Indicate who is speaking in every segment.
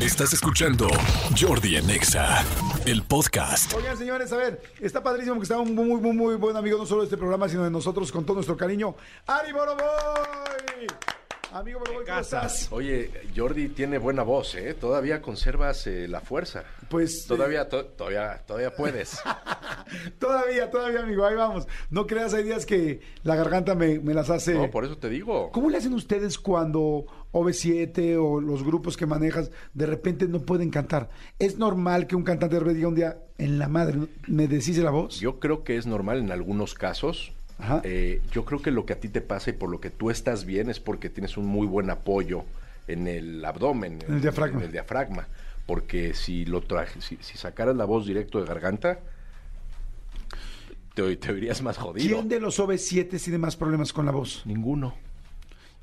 Speaker 1: Estás escuchando Jordi en Exa, el podcast.
Speaker 2: Oigan, señores, a ver, está padrísimo que está un muy, muy, muy buen amigo, no solo de este programa, sino de nosotros, con todo nuestro cariño. ¡Ari Boroboy! Amigo Boroboy, ¿cómo estás?
Speaker 3: Oye, Jordi tiene buena voz, ¿eh? Todavía conservas eh, la fuerza.
Speaker 2: Pues,
Speaker 3: Todavía, to- todavía, todavía puedes.
Speaker 2: Todavía, todavía, amigo, ahí vamos. No creas, hay días que la garganta me, me las hace...
Speaker 3: No, por eso te digo.
Speaker 2: ¿Cómo le hacen ustedes cuando OV7 o los grupos que manejas de repente no pueden cantar? ¿Es normal que un cantante de repente diga un día, en la madre, me deshice la voz?
Speaker 3: Yo creo que es normal en algunos casos.
Speaker 2: Ajá.
Speaker 3: Eh, yo creo que lo que a ti te pasa y por lo que tú estás bien es porque tienes un muy buen apoyo en el abdomen,
Speaker 2: En el diafragma.
Speaker 3: en el diafragma. Porque si lo traje, si, si sacaras la voz directo de garganta, te, te oirías más jodido.
Speaker 2: ¿Quién de los OV7 tiene más problemas con la voz?
Speaker 3: Ninguno.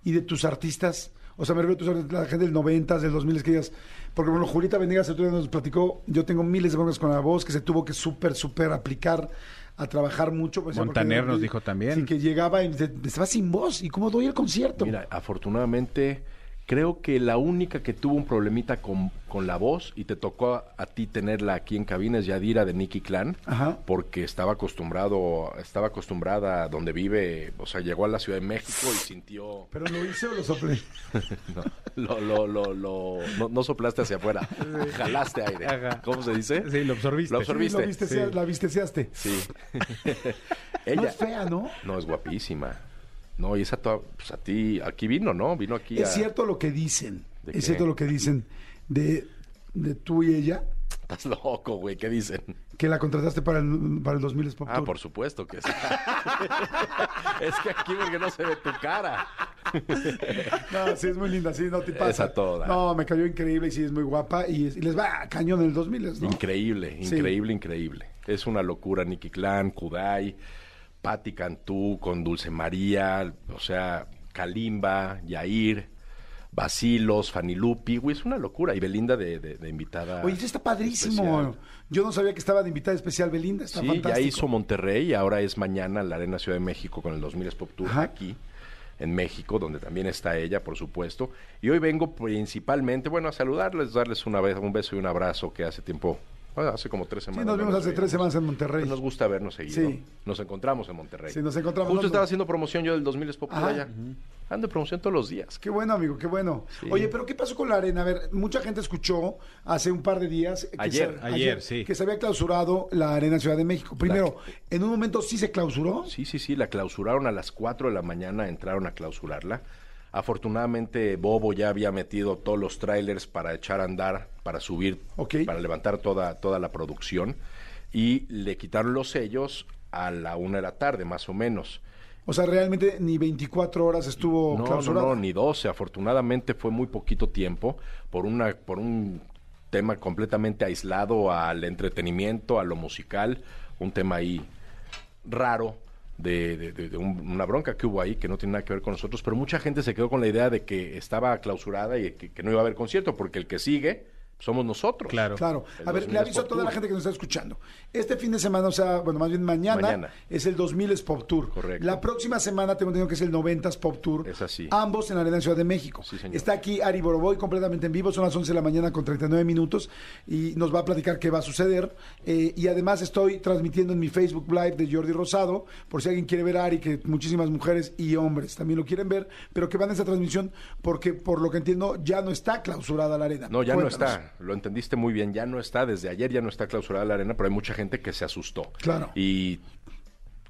Speaker 2: y de tus artistas? O sea, me refiero a tus artistas, la gente del 90, del 2000, que digas. Porque, bueno, Julita Venegas el otro día nos platicó, yo tengo miles de problemas con la voz, que se tuvo que súper, súper aplicar a trabajar mucho. pues,
Speaker 4: Montaner
Speaker 2: porque-
Speaker 4: nos dijo también.
Speaker 2: Sí, que llegaba y se, se va sin voz. ¿Y cómo doy el concierto?
Speaker 3: Mira, afortunadamente, creo que la única que tuvo un problemita con, con la voz y te tocó a, a ti tenerla aquí en cabina es Yadira de Nicky Clan,
Speaker 2: Ajá.
Speaker 3: porque estaba acostumbrado, estaba acostumbrada a donde vive, o sea, llegó a la Ciudad de México y sintió.
Speaker 2: Pero lo hice o lo soplé.
Speaker 3: No, lo, lo, lo, lo- no, no soplaste hacia afuera, jalaste aire.
Speaker 4: Ajá.
Speaker 3: ¿Cómo se dice?
Speaker 4: Sí, lo absorbiste.
Speaker 3: Lo
Speaker 2: Sí,
Speaker 3: absorbiste.
Speaker 2: lo vistecea- La visteciaste.
Speaker 3: Sí.
Speaker 2: No
Speaker 3: Ella.
Speaker 2: es fea, ¿no?
Speaker 3: No, es guapísima. No, y esa toda, pues a ti, aquí vino, ¿no? Vino aquí. a-
Speaker 2: Es cierto lo que dicen.
Speaker 3: ¿De
Speaker 2: Es
Speaker 3: qué?
Speaker 2: cierto lo que dicen de, de tú y ella,
Speaker 3: Estás loco, güey, ¿qué dicen?
Speaker 2: que la contrataste para el, para el 2000 es Pop
Speaker 3: Ah,
Speaker 2: Tour.
Speaker 3: por supuesto que sí. es que aquí porque no se ve tu cara.
Speaker 2: No, sí, es muy linda, sí, no te pasa.
Speaker 3: Es a toda.
Speaker 2: No, me cayó increíble y sí, es muy guapa y, es- y les va a cañón en el 2000, ¿no?
Speaker 3: Increíble,
Speaker 2: Sí.
Speaker 3: increíble, increíble. Es una locura, Nicky Clan, Kudai, Patti Cantú, con Dulce María, o sea, Kalimba, Yair, Basilos, Fanny Lupi, güey, es una locura. Y Belinda de, de- de invitada.
Speaker 2: Oye, eso está padrísimo.
Speaker 3: especial.
Speaker 2: Yo no sabía que estaba de invitada especial Belinda, está
Speaker 3: Sí,
Speaker 2: fantástico.
Speaker 3: ya hizo Monterrey y ahora es mañana en la Arena Ciudad de México con el 2000 es Pop Tour
Speaker 2: Ajá.
Speaker 3: aquí en México, donde también está ella, por supuesto. Y hoy vengo principalmente, bueno, a saludarles, darles una vez, un beso y un abrazo que hace tiempo, bueno, hace como tres
Speaker 2: Sí,
Speaker 3: semanas.
Speaker 2: nos
Speaker 3: no
Speaker 2: vimos hace tres
Speaker 3: veíamos.
Speaker 2: semanas en Monterrey.
Speaker 3: Pero Nos gusta vernos seguido.
Speaker 2: Sí.
Speaker 3: Nos encontramos en Monterrey.
Speaker 2: Sí, nos encontramos.
Speaker 3: Justo
Speaker 2: ¿Dónde?
Speaker 3: estaba haciendo promoción yo del 2000 es Pop Tour
Speaker 2: Ajá.
Speaker 3: allá. Ando en promoción todos los días.
Speaker 2: Qué bueno, amigo, qué bueno. Oye, pero ¿qué pasó con la arena? A ver, mucha gente escuchó hace un par de días. Que
Speaker 3: Ayer,
Speaker 2: se,
Speaker 4: ayer, sí.
Speaker 2: Que se había clausurado la arena Ciudad de México. Primero, en un momento sí se clausuró.
Speaker 3: Sí, sí, sí, la clausuraron a las 4 de la mañana, entraron a clausurarla. Afortunadamente Bobo ya había metido todos los trailers para echar a andar, para subir,
Speaker 2: Ok.
Speaker 3: para levantar toda, toda la producción y le quitaron los sellos a la una de la tarde, más o menos.
Speaker 2: O sea, realmente ni 24 horas estuvo
Speaker 3: No, no,
Speaker 2: clausurada.
Speaker 3: no, ni 12. Afortunadamente fue muy poquito tiempo por, una, por un tema completamente aislado al entretenimiento, a lo musical, un tema ahí raro de, de- de- de un- una bronca que hubo ahí que no tiene nada que ver con nosotros, pero mucha gente se quedó con la idea de que estaba clausurada y que, que no iba a haber concierto, porque el que sigue somos nosotros.
Speaker 4: Claro.
Speaker 2: Claro.
Speaker 3: El
Speaker 2: A ver,
Speaker 3: 2000
Speaker 2: le aviso
Speaker 3: Spot
Speaker 2: a toda la
Speaker 3: Tour.
Speaker 2: gente que nos está escuchando. Este fin de semana, o sea, bueno, más bien mañana,
Speaker 3: Mañana.
Speaker 2: es el 2000 es Pop Tour.
Speaker 3: Correcto.
Speaker 2: La próxima semana tengo entendido que es el 90 es Pop Tour.
Speaker 3: Es así.
Speaker 2: Ambos en la Arena Ciudad de México.
Speaker 3: Sí, señor.
Speaker 2: Está aquí Ari Boroboy completamente en vivo, son las 11 de la mañana con 39 minutos y nos va a platicar qué va a suceder. Eh, y además estoy transmitiendo en mi Facebook Live de Jordi Rosado, por si alguien quiere ver a Ari, que muchísimas mujeres y hombres también lo quieren ver, pero que van a esta transmisión porque por lo que entiendo ya no está clausurada la arena.
Speaker 3: No, ya no
Speaker 2: Cuéntanos.
Speaker 3: está. Lo entendiste muy bien. Ya no está. Desde ayer ya no está clausurada la arena, pero hay mucha gente que se asustó.
Speaker 2: Claro.
Speaker 3: Y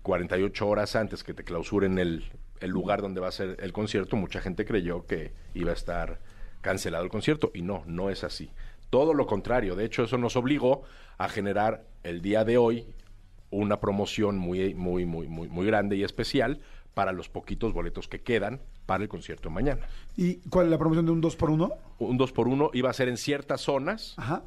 Speaker 3: 48 horas antes que te clausuren el, el lugar donde va a ser el concierto, mucha gente creyó que iba a estar cancelado el concierto. Y no, no es así. Todo lo contrario. De hecho, eso nos obligó a generar el día de hoy una promoción muy, muy, muy, muy, muy grande y especial para los poquitos boletos que quedan para el concierto de mañana.
Speaker 2: ¿Y cuál es la promoción de un 2 por 1
Speaker 3: Un 2 por 1 iba a ser en ciertas zonas
Speaker 2: Ajá.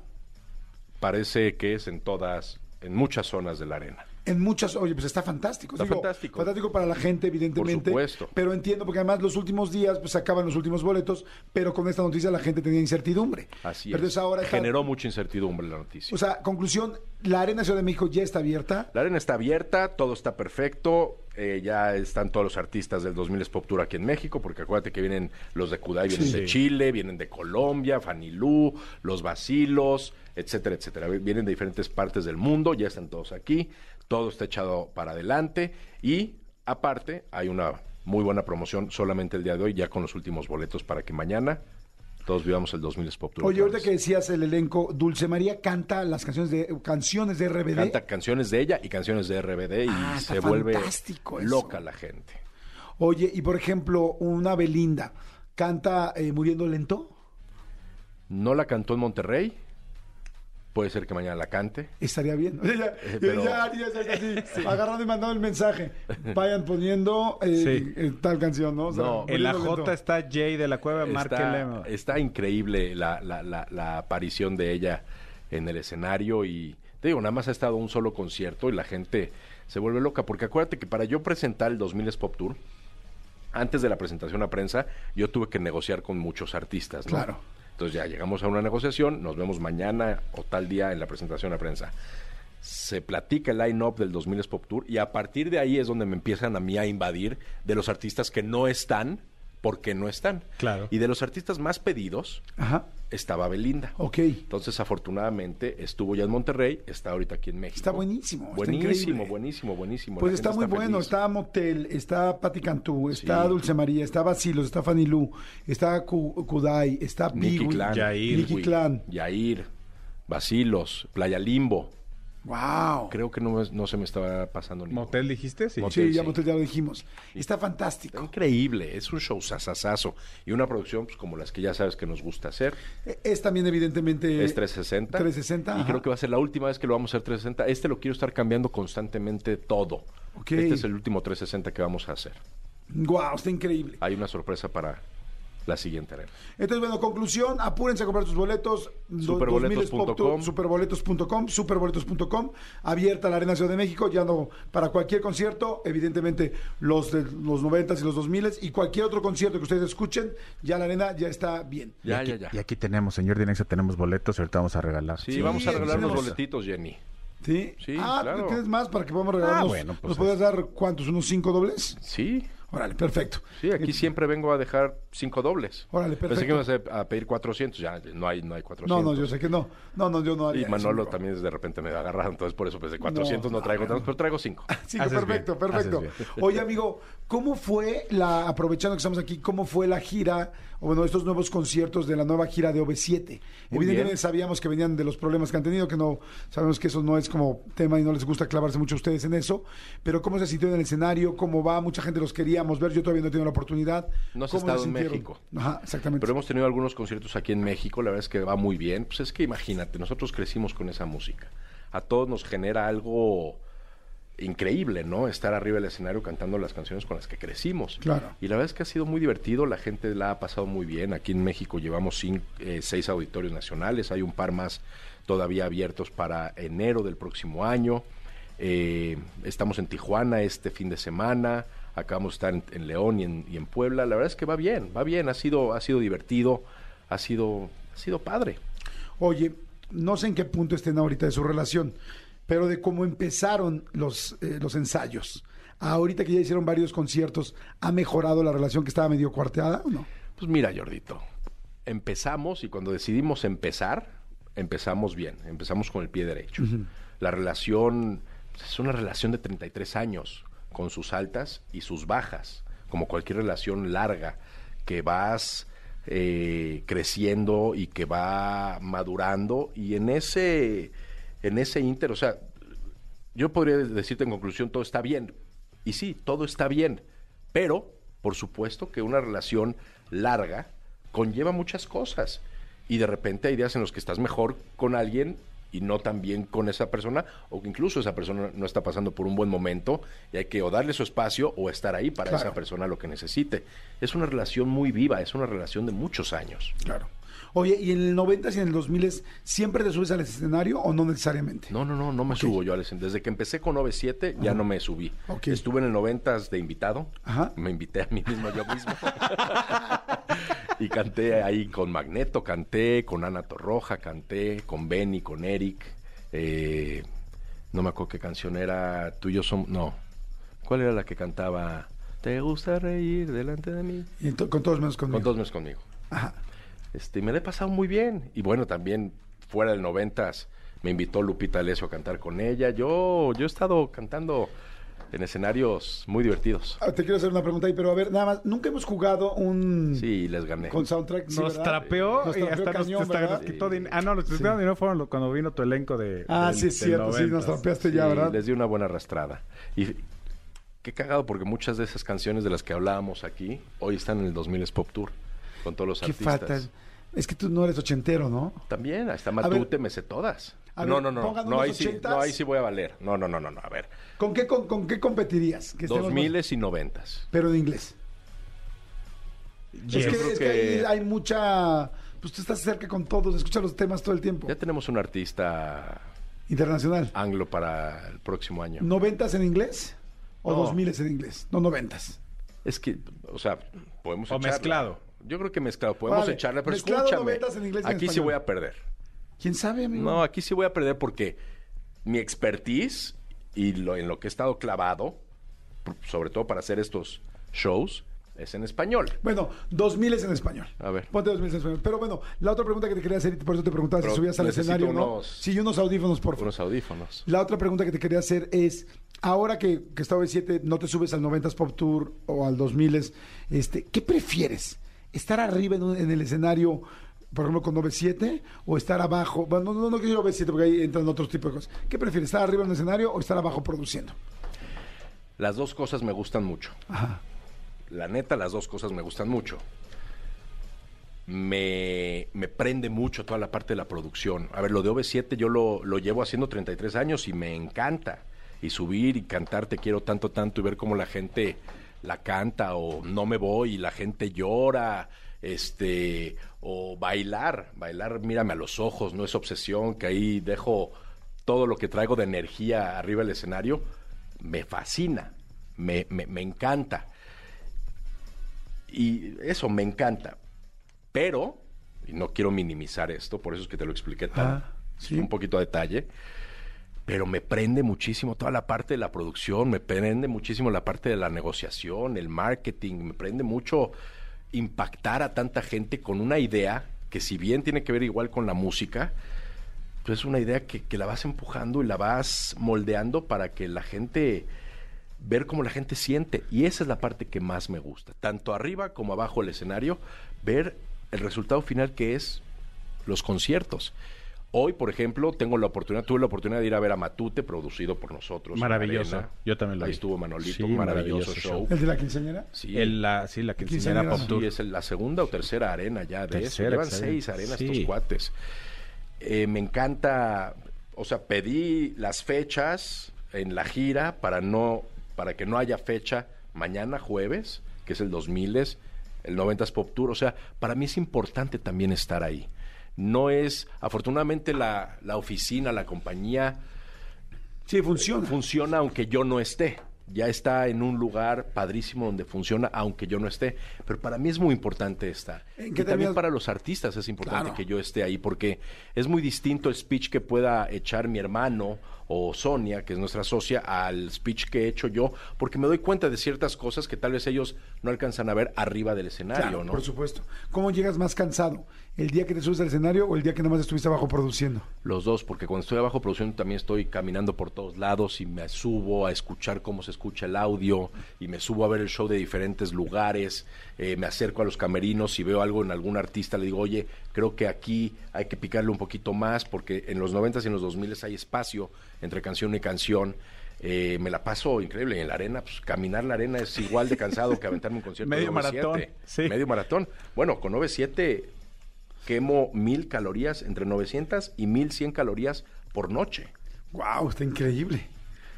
Speaker 3: parece que es en todas, en muchas zonas de la arena.
Speaker 2: En muchas, oye, pues está fantástico.
Speaker 3: Está
Speaker 2: Digo,
Speaker 3: fantástico.
Speaker 2: para la gente, evidentemente.
Speaker 3: supuesto.
Speaker 2: Pero entiendo, porque además los últimos días, pues acaban los últimos boletos, pero con esta noticia la gente tenía incertidumbre.
Speaker 3: Así
Speaker 2: Pero
Speaker 3: es.
Speaker 2: entonces ahora está-
Speaker 3: Generó mucha incertidumbre la noticia.
Speaker 2: O sea, conclusión, la Arena Ciudad de México ya está abierta.
Speaker 3: La arena está abierta, todo está perfecto. eh, ya están todos los artistas del 2000 es Pop Tour aquí en México, porque acuérdate que vienen los de Kudai, vienen de Chile, vienen de Colombia, Fanilú, los Basilos, etcétera, etcétera. Vienen de diferentes partes del mundo, ya están todos aquí, todo está echado para adelante y aparte hay una muy buena promoción solamente el día de hoy, ya con los últimos boletos para que mañana todos vivamos el 2000 es Pop Tour.
Speaker 2: Oye,
Speaker 3: otra
Speaker 2: ahorita
Speaker 3: vez.
Speaker 2: que decías el elenco, Dulce María canta las canciones de canciones de RBD.
Speaker 3: Canta canciones de ella y canciones de RBD y
Speaker 2: Ah, está
Speaker 3: se vuelve
Speaker 2: fantástico eso.
Speaker 3: loca la gente.
Speaker 2: Oye, y por ejemplo, una Belinda canta eh, Muriendo Lento.
Speaker 3: No la cantó en Monterrey. Puede ser que mañana la cante.
Speaker 2: Estaría bien. Oye, ya,
Speaker 3: Eh, pero-
Speaker 2: ya, ya, ya, ya, sí. Agarrando y mandando el mensaje. Vayan poniendo eh,
Speaker 4: Sí.
Speaker 2: eh, tal canción, ¿no? O sea,
Speaker 3: No.
Speaker 4: En la
Speaker 2: Muriendo Lento.
Speaker 4: J está Jay de la Cueva,
Speaker 3: Está,
Speaker 4: márquele.
Speaker 3: está increíble la, la- la- la aparición de ella en el escenario y te digo, nada más ha estado un solo concierto y la gente se vuelve loca. Porque acuérdate que para yo presentar el 2000 es Pop Tour, antes de la presentación a prensa, yo tuve que negociar con muchos artistas. ¿no?
Speaker 2: Claro.
Speaker 3: Entonces ya llegamos a una negociación, nos vemos mañana o tal día en la presentación a prensa. se platica el line-up del 2000 es Pop Tour y a partir de ahí es donde me empiezan a mí a invadir de los artistas que no están porque no están.
Speaker 4: Claro.
Speaker 3: Y de los artistas más pedidos
Speaker 2: Ajá.
Speaker 3: estaba Belinda.
Speaker 2: Ok.
Speaker 3: Entonces, afortunadamente, estuvo ya en Monterrey, está ahorita aquí en México.
Speaker 2: Está buenísimo, está
Speaker 3: Buenísimo,
Speaker 2: increíble.
Speaker 3: buenísimo, buenísimo. La
Speaker 2: Pues
Speaker 3: gente
Speaker 2: está muy bueno,
Speaker 3: feliz.
Speaker 2: está Motel, está Patti Cantú, está
Speaker 3: Sí.
Speaker 2: Dulce María, está Basilos, está Fanny Lu, está Ku- Kudai, está
Speaker 3: Nicky
Speaker 2: Big
Speaker 3: Clan,
Speaker 4: Yair,
Speaker 2: Nicky
Speaker 3: Wii,
Speaker 2: Clan.
Speaker 3: Yair, Basilos, Playa Limbo.
Speaker 2: Wow.
Speaker 3: Creo que no, no se me estaba pasando ninguno.
Speaker 4: ¿Motel dijiste? Sí.
Speaker 3: Motel.
Speaker 2: Sí, ya
Speaker 3: sí.
Speaker 2: Motel ya lo dijimos. Está
Speaker 3: Está
Speaker 2: fantástico.
Speaker 3: Increíble, es un show sasasazo y una producción pues, como las que ya sabes que nos gusta hacer.
Speaker 2: Eh, Es también evidentemente...
Speaker 3: es 360.
Speaker 2: 360,
Speaker 3: Y
Speaker 2: Eh, ajá.
Speaker 3: creo que va a ser la última vez que lo vamos a hacer 360. Este lo quiero estar cambiando constantemente todo.
Speaker 2: Ok.
Speaker 3: Este es el último 360 que vamos a hacer.
Speaker 2: Wow, está increíble.
Speaker 3: Hay una sorpresa para la siguiente arena.
Speaker 2: Entonces, bueno, conclusión, apúrense a comprar sus boletos. Do-
Speaker 3: Superboletos
Speaker 2: 2000 Pop Tour, Superboletos.com, superboletos.com, abierta la Arena Ciudad de México, ya no para cualquier concierto, evidentemente los de los 90 y los 2000 y cualquier otro concierto que ustedes escuchen, ya la Arena ya está bien.
Speaker 3: Ya,
Speaker 5: y, aquí,
Speaker 3: ya, ya.
Speaker 5: y aquí tenemos, señor Dinexa, tenemos boletos y ahorita vamos a regalar.
Speaker 3: Sí,
Speaker 2: Sí,
Speaker 3: vamos a regalar unos
Speaker 2: tenemos-
Speaker 3: boletitos, Jenny.
Speaker 2: ¿Sí?
Speaker 3: Sí,
Speaker 2: ah,
Speaker 3: claro.
Speaker 2: ¿tienes más para que podamos regalarnos?
Speaker 5: Ah, bueno, pues
Speaker 2: ¿Nos podías dar cuántos? ¿Unos cinco dobles?
Speaker 3: Sí,
Speaker 2: Órale, perfecto.
Speaker 3: sí, aquí
Speaker 2: Eh,
Speaker 3: siempre vengo a dejar cinco dobles.
Speaker 2: Órale,
Speaker 3: Pensé que
Speaker 2: perfecto.
Speaker 3: ibas a a pedir 400, ya no hay, no hay 400.
Speaker 2: No, no, yo sé que no. No, no, yo no haría
Speaker 3: Y
Speaker 2: eso,
Speaker 3: Manolo
Speaker 2: no.
Speaker 3: también desde repente me va a agarrar, entonces por eso pensé 400 no,
Speaker 2: no,
Speaker 3: traigo tantos, pero traigo cinco.
Speaker 2: Sí,
Speaker 4: Haces
Speaker 2: perfecto,
Speaker 4: bien,
Speaker 2: perfecto.
Speaker 4: haces
Speaker 2: Oye, amigo, ¿cómo fue la, aprovechando que estamos aquí, cómo fue la gira, o bueno, estos nuevos conciertos de la nueva gira de OV7?
Speaker 3: Muy
Speaker 2: Evidentemente
Speaker 3: bien.
Speaker 2: sabíamos que venían de los problemas que han tenido, que no, sabemos que eso no es como tema y no les gusta clavarse mucho a ustedes en eso, pero ¿cómo se sintió en el escenario? ¿Cómo va? Mucha gente los queríamos ver, yo todavía no he tenido la oportunidad.
Speaker 3: No has
Speaker 2: ¿Cómo se
Speaker 3: estado en
Speaker 2: sintieron?
Speaker 3: México.
Speaker 2: Ajá, exactamente.
Speaker 3: Pero hemos tenido algunos conciertos aquí en México, la verdad es que va muy bien. Pues es que imagínate, nosotros crecimos con esa música. A todos nos genera algo increíble, ¿no? Estar arriba del escenario cantando las canciones con las que crecimos.
Speaker 2: Claro.
Speaker 3: Y la verdad es que ha sido muy divertido, la gente la ha pasado muy bien. Aquí en México llevamos cin- eh, seis auditorios nacionales, hay un par más todavía abiertos para enero del próximo año. Eh, estamos en Tijuana este fin de semana, acabamos de estar en, en León y en, y en Puebla. La verdad es que va bien, va bien, ha sido, ha sido divertido, ha sido, ha sido padre.
Speaker 2: Oye, no sé en qué punto estén ahorita de su relación, pero de cómo empezaron los, eh, los ensayos. Ahorita que ya hicieron varios conciertos, ¿ha mejorado la relación que estaba medio cuarteada o no?
Speaker 3: Pues mira, Jordito, empezamos y cuando decidimos empezar, empezamos bien, empezamos con el pie derecho. La relación pues, es una relación de 33 años, con sus altas y sus bajas, como cualquier relación larga que vas eh, creciendo y que va madurando y en ese, en ese ínter, o sea, yo podría decirte en conclusión, todo está bien. Y sí, todo está bien. Pero, por supuesto que una relación larga conlleva muchas cosas. Y de repente hay días en los que estás mejor con alguien y no tan bien con esa persona, o que incluso esa persona no está pasando por un buen momento y hay que o darle su espacio o estar ahí para
Speaker 2: Claro.
Speaker 3: esa persona lo que necesite. Es una relación muy viva, es una relación de muchos años.
Speaker 2: Claro. Oye, ¿y en el 90 y en el 2000 siempre te subes al escenario o no necesariamente?
Speaker 3: No, no, no, no me subo yo al escenario. Desde que empecé con 97 ya no me subí.
Speaker 2: Ok.
Speaker 3: Estuve en el 90 de invitado.
Speaker 2: Ajá.
Speaker 3: Me invité a mí mismo, yo mismo. y canté ahí con Magneto, canté con Ana Torroja, canté con Benny, con Eric. Eh, no me acuerdo qué canción era. Tú y yo somos. No. ¿Cuál era la que cantaba? ¿Te gusta reír delante de mí?
Speaker 2: Y ento- con todos menos conmigo.
Speaker 3: Con dos meses conmigo.
Speaker 2: Ajá.
Speaker 3: Este, me la he pasado muy bien. Y bueno, también fuera del noventas me invitó Lupita Alessio a cantar con ella. Yo, yo he estado cantando en escenarios muy divertidos.
Speaker 2: Ah, Te quiero hacer una pregunta ahí, pero a ver, nada más, nunca hemos jugado un
Speaker 3: Sí, les gané.
Speaker 2: con soundtrack. sí,
Speaker 4: Nos
Speaker 2: ¿verdad?
Speaker 4: trapeó
Speaker 2: Nos
Speaker 4: y
Speaker 2: trapeó
Speaker 4: hasta nos,
Speaker 2: cañón,
Speaker 4: hasta
Speaker 2: ¿verdad?
Speaker 4: nos quitó dinero. Ah, no, los que quitaron dinero fueron lo- cuando vino tu elenco de.
Speaker 2: Ah,
Speaker 4: del-
Speaker 2: sí, es
Speaker 4: del
Speaker 2: cierto, sí, nos
Speaker 4: 90s.
Speaker 2: trapeaste
Speaker 3: Sí,
Speaker 2: ya, ¿verdad?
Speaker 3: les di una buena arrastrada. Y qué cagado, porque muchas de esas canciones de las que hablábamos aquí, hoy están en el 2000 Pop Tour, con todos los
Speaker 2: Qué
Speaker 3: artistas.
Speaker 2: falta. Es que tú no eres ochentero, ¿no?
Speaker 3: También, hasta
Speaker 2: ver.
Speaker 3: Matute me sé todas.
Speaker 2: A
Speaker 3: no,
Speaker 2: ver,
Speaker 3: no, no,
Speaker 2: pongan
Speaker 3: no,
Speaker 2: unos
Speaker 3: ahí sí,
Speaker 2: ochentas.
Speaker 3: no, ahí sí voy a valer. No, no, no, no, no, a ver.
Speaker 2: ¿Con qué, con, con qué competirías? Que estemos
Speaker 3: 2000
Speaker 2: más-
Speaker 3: y 90s.
Speaker 2: Pero en inglés.
Speaker 3: Yo
Speaker 2: Es
Speaker 3: creo
Speaker 2: que, es que
Speaker 3: que-
Speaker 2: ahí hay mucha... Pues tú estás cerca con todos, escuchas los temas todo el tiempo.
Speaker 3: Ya Ah, tenemos un artista
Speaker 2: Internacional.
Speaker 3: anglo para el próximo año.
Speaker 2: ¿Noventas en inglés? ¿O
Speaker 3: No.
Speaker 2: dos miles en inglés? No, noventas.
Speaker 3: Es que, o sea, podemos
Speaker 4: O
Speaker 3: echarle.
Speaker 4: mezclado.
Speaker 3: Yo creo que mezclado. Podemos
Speaker 2: Vale.
Speaker 3: echarle, pero
Speaker 2: Mezclado,
Speaker 3: escúchame.
Speaker 2: noventas en inglés y en
Speaker 3: aquí sí
Speaker 2: español.
Speaker 3: voy a perder.
Speaker 2: ¿Quién sabe, amigo?
Speaker 3: No, aquí sí voy a perder porque mi expertise y lo, en lo que he estado clavado, pr- sobre todo para hacer estos shows, es en español.
Speaker 2: Bueno, 2000 es en español.
Speaker 3: A ver.
Speaker 2: Ponte 2000 en español. Pero bueno, la otra pregunta que te quería hacer, y por eso te preguntaba si
Speaker 3: Pero
Speaker 2: subías al
Speaker 3: necesito
Speaker 2: escenario o no.
Speaker 3: unos-
Speaker 2: Sí, y unos audífonos, por favor.
Speaker 3: Unos audífonos.
Speaker 2: La otra pregunta que te quería hacer es, ahora que, que está OV7, no te subes al 90s Pop Tour o al 2000s, este, ¿qué prefieres? ¿Estar arriba en, un- en el escenario, por ejemplo, con OV7 o estar abajo? Bueno, no, no, no quiero OV7 porque ahí entran otros tipos de cosas. ¿Qué prefieres, estar arriba en el escenario o estar abajo produciendo?
Speaker 3: Las dos cosas me gustan mucho. La neta, las dos cosas me gustan mucho. Me, me prende mucho toda la parte de la producción. A ver, lo de OV7 yo lo, lo llevo haciendo 33 años y me encanta. Y subir y cantar Te quiero tanto, tanto y ver cómo la gente la canta o no me voy y la gente llora. Este, o bailar, bailar, mírame a los ojos, no es obsesión, que ahí dejo todo lo que traigo de energía arriba del escenario. Me fascina, me- me- me encanta. Y eso me encanta. Pero, y no quiero minimizar esto, por eso es que te lo expliqué tan,
Speaker 2: Ah, sí.
Speaker 3: un poquito a detalle, pero me prende muchísimo toda la parte de la producción, me prende muchísimo la parte de la negociación, el marketing, me prende mucho impactar a tanta gente con una idea que si bien tiene que ver igual con la música, pues es una idea que, que la vas empujando y la vas moldeando para que la gente ver cómo la gente siente. Y esa es la parte que más me gusta. Tanto arriba como abajo del escenario, ver el resultado final que es los conciertos. Hoy, por ejemplo, tengo la oportunidad, tuve la oportunidad de ir a ver a Matute, producido por nosotros. en la
Speaker 4: Maravilloso.
Speaker 3: arena.
Speaker 5: Yo también lo
Speaker 3: Ahí
Speaker 5: vi.
Speaker 3: estuvo Manolito,
Speaker 5: Sí,
Speaker 3: un maravilloso,
Speaker 5: maravilloso
Speaker 3: show.
Speaker 2: ¿El de la quinceañera?
Speaker 3: Sí,
Speaker 5: El, la, sí, la quinceañera
Speaker 2: Quinceañera.
Speaker 5: Pop Tour.
Speaker 3: sí, es la segunda o tercera arena ya de eso.
Speaker 5: Tercera,
Speaker 3: Llevan
Speaker 5: exacto.
Speaker 3: seis arenas
Speaker 5: Sí.
Speaker 3: estos cuates. Eh, me encanta, o sea, pedí las fechas en la gira para no, para que no haya fecha mañana jueves, que es el 2000, el 90s Pop Tour. O sea, para mí es importante también estar ahí. No es, afortunadamente la, la oficina, la compañía
Speaker 2: Sí, funciona.
Speaker 3: funciona aunque yo no esté. Ya está en un lugar padrísimo donde funciona aunque yo no esté. Pero para mí es muy importante estar.
Speaker 2: ¿En qué
Speaker 3: Y también
Speaker 2: terminas?
Speaker 3: para los artistas es importante
Speaker 2: Claro.
Speaker 3: que yo esté ahí porque es muy distinto el speech que pueda echar mi hermano o Sonia, que es nuestra socia, al speech que he hecho yo, porque me doy cuenta de ciertas cosas que tal vez ellos no alcanzan a ver arriba del escenario,
Speaker 2: Claro,
Speaker 3: ¿no?
Speaker 2: por supuesto. ¿Cómo llegas más cansado? ¿El día que te subes al escenario o el día que nada más estuviste abajo produciendo?
Speaker 3: Los dos, porque cuando estoy abajo produciendo también estoy caminando por todos lados y me subo a escuchar cómo se escucha el audio y me subo a ver el show de diferentes lugares, eh, me acerco a los camerinos y veo algo en algún artista, le digo, oye, creo que aquí hay que picarle un poquito más porque en los 90s y en los 2000s hay espacio entre canción y canción. Eh, me la paso increíble en la arena, pues caminar la arena es igual de cansado que aventarme un concierto. de
Speaker 4: Medio
Speaker 3: OV7.
Speaker 4: maratón, sí.
Speaker 3: Medio maratón. Bueno, con OV7 quemo mil calorías, entre 900 y 1100 calorías por noche.
Speaker 2: ¡Wow! Está increíble.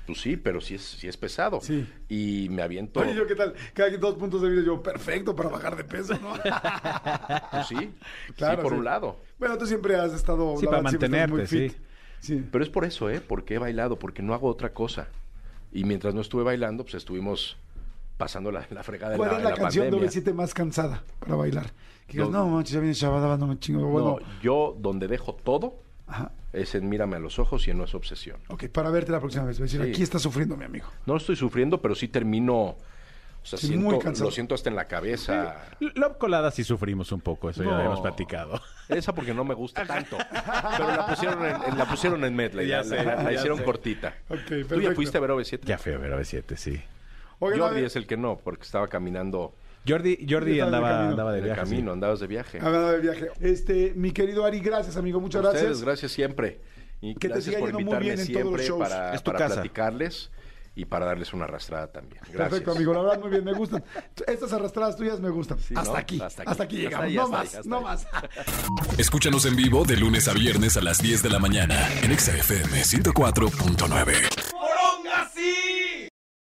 Speaker 3: Pues sí, pero sí es, sí es pesado.
Speaker 2: Sí.
Speaker 3: Y me aviento.
Speaker 2: Oye, yo qué tal, cada quien dos puntos de vida, yo, perfecto para bajar de peso, ¿no?
Speaker 3: pues sí,
Speaker 2: Claro,
Speaker 3: sí, por
Speaker 2: sí.
Speaker 3: un lado.
Speaker 2: bueno, tú siempre has estado...
Speaker 4: Sí,
Speaker 2: la
Speaker 4: para
Speaker 2: verdad, siempre estás
Speaker 4: mantenerte,
Speaker 2: Sí. sí.
Speaker 3: Pero es por eso, ¿eh? Porque he bailado, porque no hago otra cosa. Y mientras no estuve bailando, pues estuvimos pasando la, la fregada en
Speaker 2: ¿Cuál
Speaker 3: la,
Speaker 2: es
Speaker 3: en
Speaker 2: la,
Speaker 3: la
Speaker 2: canción
Speaker 3: pandemia.
Speaker 2: 97 más cansada para bailar? Que digas,
Speaker 3: No.
Speaker 2: no, manches, ya viene Shabada dándome un chingo. Bueno,
Speaker 3: No, yo donde dejo todo
Speaker 2: Ajá.
Speaker 3: es en mírame a los ojos y en no es obsesión.
Speaker 2: Ok, para verte la próxima vez. Voy a decir,
Speaker 3: Sí.
Speaker 2: aquí está sufriendo mi amigo.
Speaker 3: No estoy sufriendo, pero sí termino. O sea,
Speaker 2: Sí,
Speaker 3: siento-
Speaker 2: muy cansado.
Speaker 3: lo siento hasta en la cabeza.
Speaker 5: Love colada sí sufrimos un poco, eso
Speaker 3: No.
Speaker 5: ya lo habíamos platicado.
Speaker 3: Esa porque no me gusta tanto. Pero la pusieron en, en- la pusieron en medley.
Speaker 5: Ya
Speaker 3: la,
Speaker 5: sé,
Speaker 3: la- la
Speaker 5: ya
Speaker 3: hicieron
Speaker 5: sé.
Speaker 3: cortita.
Speaker 2: Ok,
Speaker 3: ¿Tú ya
Speaker 2: perfecto.
Speaker 3: fuiste a ver OV7?
Speaker 5: Ya fui a ver OV7, sí.
Speaker 2: Oigan, a
Speaker 3: Jordi
Speaker 2: ver,
Speaker 3: es el que no, porque estaba caminando
Speaker 5: Jordi,
Speaker 2: Estaba
Speaker 5: Jordi
Speaker 2: en el
Speaker 5: andaba,
Speaker 2: camino.
Speaker 5: andaba Ah, de
Speaker 3: en el
Speaker 5: viaje. sí.
Speaker 3: camino, andabas de viaje.
Speaker 2: a ver, a ver, viaje. Este, mi querido Ari, gracias, amigo. Muchas
Speaker 3: A ustedes,
Speaker 2: gracias.
Speaker 3: gracias siempre. Y
Speaker 2: Que te
Speaker 3: gracias
Speaker 2: siga
Speaker 3: por
Speaker 2: yendo muy
Speaker 3: invitarme
Speaker 2: bien en todos los
Speaker 3: siempre
Speaker 2: shows.
Speaker 3: para,
Speaker 5: Es tu
Speaker 3: para
Speaker 5: casa.
Speaker 3: platicarles y para darles una arrastrada también. Gracias.
Speaker 2: Perfecto, amigo. La verdad, muy bien, me gustan. Estas arrastradas tuyas me gustan.
Speaker 3: Sí,
Speaker 2: hasta,
Speaker 3: ¿no?
Speaker 2: aquí, hasta
Speaker 3: Hasta
Speaker 2: aquí.
Speaker 3: aquí. Hasta
Speaker 2: llegamos.
Speaker 3: ahí,
Speaker 2: no
Speaker 3: hasta
Speaker 2: más,
Speaker 3: ahí, hasta
Speaker 2: no
Speaker 3: ahí.
Speaker 2: más.
Speaker 1: Escúchanos en vivo de lunes a viernes a las 10 de la mañana en Exa FM 104.9.